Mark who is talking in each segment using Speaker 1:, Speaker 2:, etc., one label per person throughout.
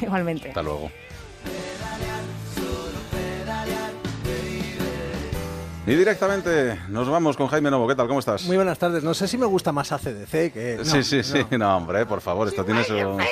Speaker 1: Igualmente.
Speaker 2: Hasta luego. Y directamente nos vamos con Jaime Novo. ¿Qué tal? ¿Cómo estás?
Speaker 3: Muy buenas tardes. No sé si me gusta más ACDC que... no,
Speaker 2: sí, sí, sí. No, hombre, por favor, esto tiene su...
Speaker 3: Me gusta.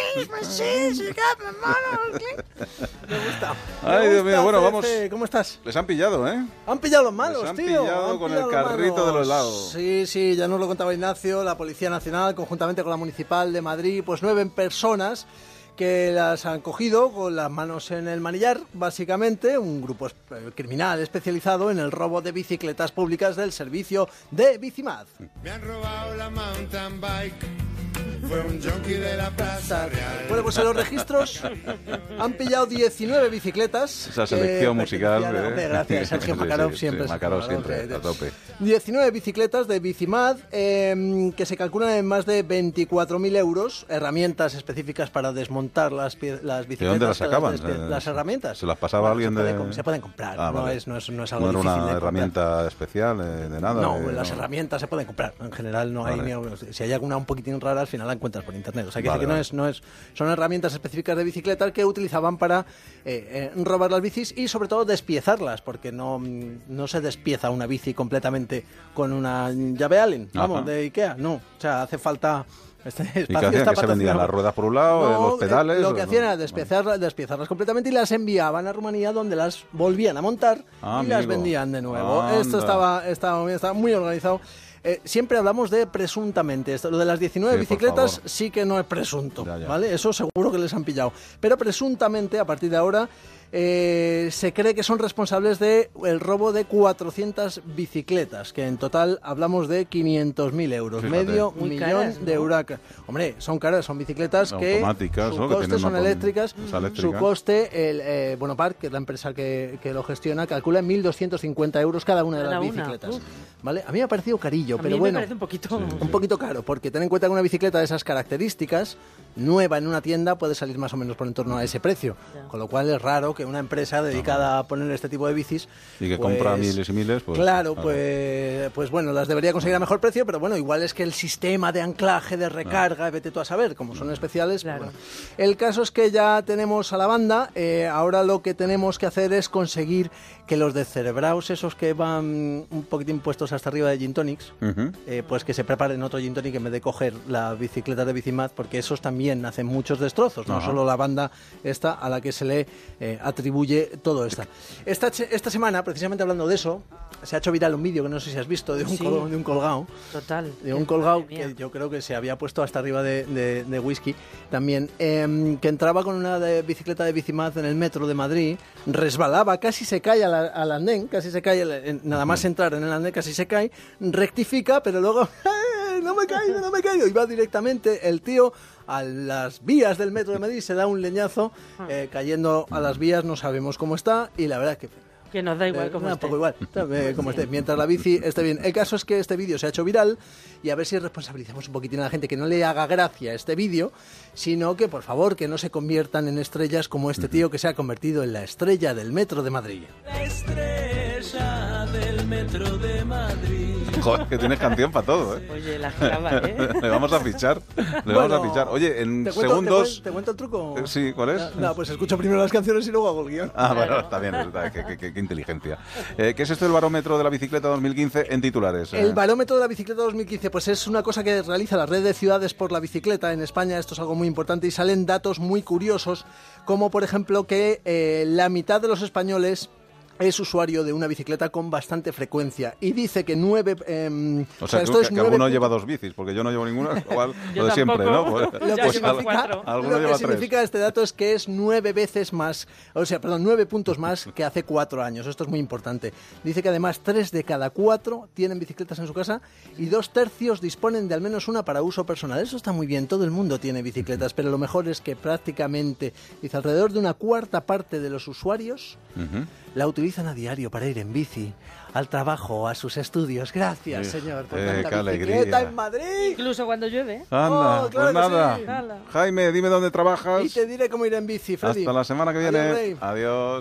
Speaker 3: Me
Speaker 2: Ay, Dios
Speaker 3: gusta
Speaker 2: mío, bueno,
Speaker 3: ACDC.
Speaker 2: vamos.
Speaker 3: ¿Cómo estás?
Speaker 2: Les han pillado, ¿eh?
Speaker 3: Han pillado los malos,
Speaker 2: han
Speaker 3: tío.
Speaker 2: pillado con el carrito de los helados.
Speaker 3: lados. Sí, sí, ya nos lo contaba Ignacio, la Policía Nacional, conjuntamente con la Municipal de Madrid, pues nueve personas que las han cogido con las manos en el manillar, básicamente, un grupo es- eh, criminal especializado en el robo de bicicletas públicas del servicio de Bicimad.
Speaker 4: Me han robado la mountain bike. Fue un junkie de la Plaza Real.
Speaker 3: Bueno, pues en los registros han pillado 19 bicicletas.
Speaker 2: Esa
Speaker 3: que
Speaker 2: selección musical,
Speaker 3: pertenecían a-
Speaker 2: ¿eh?
Speaker 3: Hombre, Gracias, Sergio
Speaker 2: Sí,
Speaker 3: Makarov
Speaker 2: sí, sí,
Speaker 3: siempre. Sergio
Speaker 2: Makarov siempre,
Speaker 3: eh,
Speaker 2: a tope.
Speaker 3: 19 bicicletas de Bicimad eh, que se calculan en más de 24.000 euros. Herramientas específicas para desmontar las, pie- las bicicletas.
Speaker 2: ¿De dónde las
Speaker 3: que
Speaker 2: sacaban?
Speaker 3: despie- Las,
Speaker 2: Eh,
Speaker 3: herramientas.
Speaker 2: ¿Se las pasaba
Speaker 3: Bueno,
Speaker 2: alguien
Speaker 3: se puede
Speaker 2: de...?
Speaker 3: com- se pueden comprar,
Speaker 2: Ah,
Speaker 3: no,
Speaker 2: vale.
Speaker 3: es, no, es, no es
Speaker 2: No
Speaker 3: algo
Speaker 2: era
Speaker 3: difícil
Speaker 2: una
Speaker 3: de comprar.
Speaker 2: herramienta especial, eh, de nada.
Speaker 3: No,
Speaker 2: de-
Speaker 3: las
Speaker 2: no.
Speaker 3: herramientas se pueden comprar. En general no
Speaker 2: Vale.
Speaker 3: hay ni- si hay alguna un poquitín rara al final la encuentras por internet. O sea que,
Speaker 2: Vale,
Speaker 3: sí que no
Speaker 2: vale.
Speaker 3: es no es son herramientas específicas de bicicletas que utilizaban para eh, eh, robar las bicis y sobre todo despiezarlas porque no, mm, no se despieza una bici completamente con una llave Allen, vamos,
Speaker 2: Ajá.
Speaker 3: de Ikea, no, o sea, hace falta este
Speaker 2: ¿Y
Speaker 3: espacio
Speaker 2: qué hacían?
Speaker 3: está
Speaker 2: ¿Que se vendían
Speaker 3: patrocinado.
Speaker 2: las ruedas por un lado, eh,
Speaker 3: No,
Speaker 2: los
Speaker 3: eh,
Speaker 2: pedales?
Speaker 3: Lo que
Speaker 2: o-
Speaker 3: hacían era
Speaker 2: Vale.
Speaker 3: despiezarlas, despiezarlas completamente y las enviaban a Rumanía donde las volvían a montar
Speaker 2: Ah,
Speaker 3: y las
Speaker 2: amigo.
Speaker 3: vendían de nuevo.
Speaker 2: Anda.
Speaker 3: Esto estaba, estaba, muy bien, estaba muy organizado. Eh, siempre hablamos de presuntamente. Esto, lo de las 19
Speaker 2: Sí, por
Speaker 3: bicicletas
Speaker 2: favor.
Speaker 3: sí que no es presunto,
Speaker 2: Ya, ya.
Speaker 3: ¿vale? Eso seguro que les han pillado. Pero presuntamente, a partir de ahora, eh, se cree que son responsables del el robo de 400 bicicletas, que en total hablamos de 500.000 euros,
Speaker 2: Fíjate.
Speaker 3: medio
Speaker 1: Muy
Speaker 3: millón
Speaker 1: caras,
Speaker 3: de
Speaker 1: ¿no?
Speaker 3: euros. Acá. Hombre, son caras, son bicicletas que
Speaker 2: Automáticas,
Speaker 3: su
Speaker 2: ¿no? Que
Speaker 3: coste
Speaker 2: tienen
Speaker 3: son
Speaker 2: una-
Speaker 3: eléctricas,
Speaker 2: es eléctrica.
Speaker 3: su coste, el eh, Bonopar, que es la empresa que, que lo gestiona, calcula en 1.250 euros cada una de
Speaker 1: Cada
Speaker 3: las
Speaker 1: una,
Speaker 3: bicicletas.
Speaker 1: uf.
Speaker 3: ¿Vale? A mí me ha parecido carillo,
Speaker 1: A
Speaker 3: pero
Speaker 1: mí
Speaker 3: bueno,
Speaker 1: me parece un poquito...
Speaker 3: un poquito caro, porque ten en cuenta que una bicicleta de esas características, nueva en una tienda, puede salir más o menos por en torno a ese precio.
Speaker 1: Ya.
Speaker 3: Con lo cual es raro que una empresa dedicada a poner este tipo de bicis...
Speaker 2: Y que compra miles y miles, pues,
Speaker 3: Claro,
Speaker 2: claro.
Speaker 3: pues, pues bueno, las debería conseguir a mejor precio, pero bueno, igual es que el sistema de anclaje, de recarga, vete tú a saber, como son especiales... pues
Speaker 1: Claro.
Speaker 3: bueno. El caso es que ya tenemos a la banda, eh, ahora lo que tenemos que hacer es conseguir que los descerebraos, esos que van un poquitín puestos hasta arriba de Gin Tonics,
Speaker 2: Ujú.
Speaker 3: eh, pues que se preparen otro gin tonic en vez de coger la bicicleta de Bicimad, porque esos también hacen muchos destrozos, no
Speaker 2: Ajá.
Speaker 3: solo la banda esta a la que se le eh, atribuye todo esta. esta. che- Esta semana, precisamente hablando de eso, se ha hecho viral un vídeo que no sé si has visto de un,
Speaker 1: Sí.
Speaker 3: col- de un colgado.
Speaker 1: Total.
Speaker 3: De un colgado
Speaker 1: Madre mía.
Speaker 3: que yo creo que se había puesto hasta arriba de, de- de whisky también, em, que entraba con una de- bicicleta de Bicimad en el metro de Madrid, resbalaba, casi se cae al, al andén, casi se cae, al- en- nada más entrar en el andén, casi se cae, rectifica, pero luego, "Eh, no me he caído, no me he caído, y va directamente el tío a las vías del metro de Madrid, se da un leñazo,
Speaker 1: Ah.
Speaker 3: eh, cayendo a las vías, no sabemos cómo está, y la verdad es que...
Speaker 1: Que nos da igual
Speaker 3: Eh,
Speaker 1: como
Speaker 3: un
Speaker 1: esté.
Speaker 3: poco igual, eh, como esté, mientras la bici esté bien. El caso es que este vídeo se ha hecho viral y a ver si responsabilizamos un poquitín a la gente que no le haga gracia este vídeo, sino que por favor que no se conviertan en estrellas como este tío que se ha convertido en la estrella del metro de Madrid.
Speaker 2: Joder, que tienes canción para todo, ¿eh?
Speaker 1: Oye, la clava, ¿eh?
Speaker 2: Le vamos a fichar. Le vamos a fichar. Oye, en
Speaker 3: ¿Te cuento,
Speaker 2: segundos.
Speaker 3: te cuento- te cuento el truco?
Speaker 2: Eh, sí, ¿cuál es?
Speaker 3: No, pues escucho primero las canciones y luego hago el guión.
Speaker 2: Ah, bueno, está bien, está- qué, qué- qué- qué inteligencia. Eh, ¿Qué es esto del barómetro de la bicicleta 2015 en titulares? eh?
Speaker 3: El barómetro de la bicicleta 2015, pues es una cosa que realiza la red de ciudades por la bicicleta en España. Esto es algo muy importante y salen datos muy curiosos, como por ejemplo que eh, la mitad de los españoles es usuario de una bicicleta con bastante frecuencia y dice que nueve... em,
Speaker 2: o sea,
Speaker 3: esto
Speaker 2: tú- que,
Speaker 3: es
Speaker 2: que
Speaker 3: nueve
Speaker 2: alguno
Speaker 3: punto-
Speaker 2: lleva dos bicis, porque yo no llevo ninguna, igual
Speaker 1: Yo
Speaker 2: lo de siempre, ¿no?
Speaker 1: tampoco.
Speaker 2: Pues,
Speaker 1: Lo
Speaker 3: Lo
Speaker 1: Ya
Speaker 3: que
Speaker 2: pues
Speaker 1: llevo
Speaker 2: al-
Speaker 3: significa,
Speaker 1: cuatro.
Speaker 2: alguno
Speaker 3: lo que
Speaker 2: lleva tres.
Speaker 3: significa este dato es que es nueve veces más, o sea, perdón, nueve puntos más que hace cuatro años. Esto es muy importante. Dice que además tres de cada cuatro tienen bicicletas en su casa y dos tercios disponen de al menos una para uso personal. Eso está muy bien, todo el mundo tiene bicicletas, pero lo mejor es que prácticamente, dice, alrededor de una cuarta parte de los usuarios
Speaker 2: Ujú.
Speaker 3: la utilizan a diario para ir en bici, al trabajo, a sus estudios. Gracias,
Speaker 2: Sí.
Speaker 3: señor, por
Speaker 2: Eh,
Speaker 3: tanta
Speaker 2: qué alegría.
Speaker 3: bicicleta en Madrid.
Speaker 1: Incluso cuando llueve.
Speaker 2: Anda,
Speaker 3: Oh, claro
Speaker 2: pues
Speaker 3: que
Speaker 2: nada.
Speaker 3: sí.
Speaker 1: Hala.
Speaker 2: Jaime, dime dónde trabajas.
Speaker 3: Y te diré cómo ir en bici, Freddy.
Speaker 2: Hasta la semana que
Speaker 3: Adiós,
Speaker 2: viene.
Speaker 3: Rey.
Speaker 2: Adiós.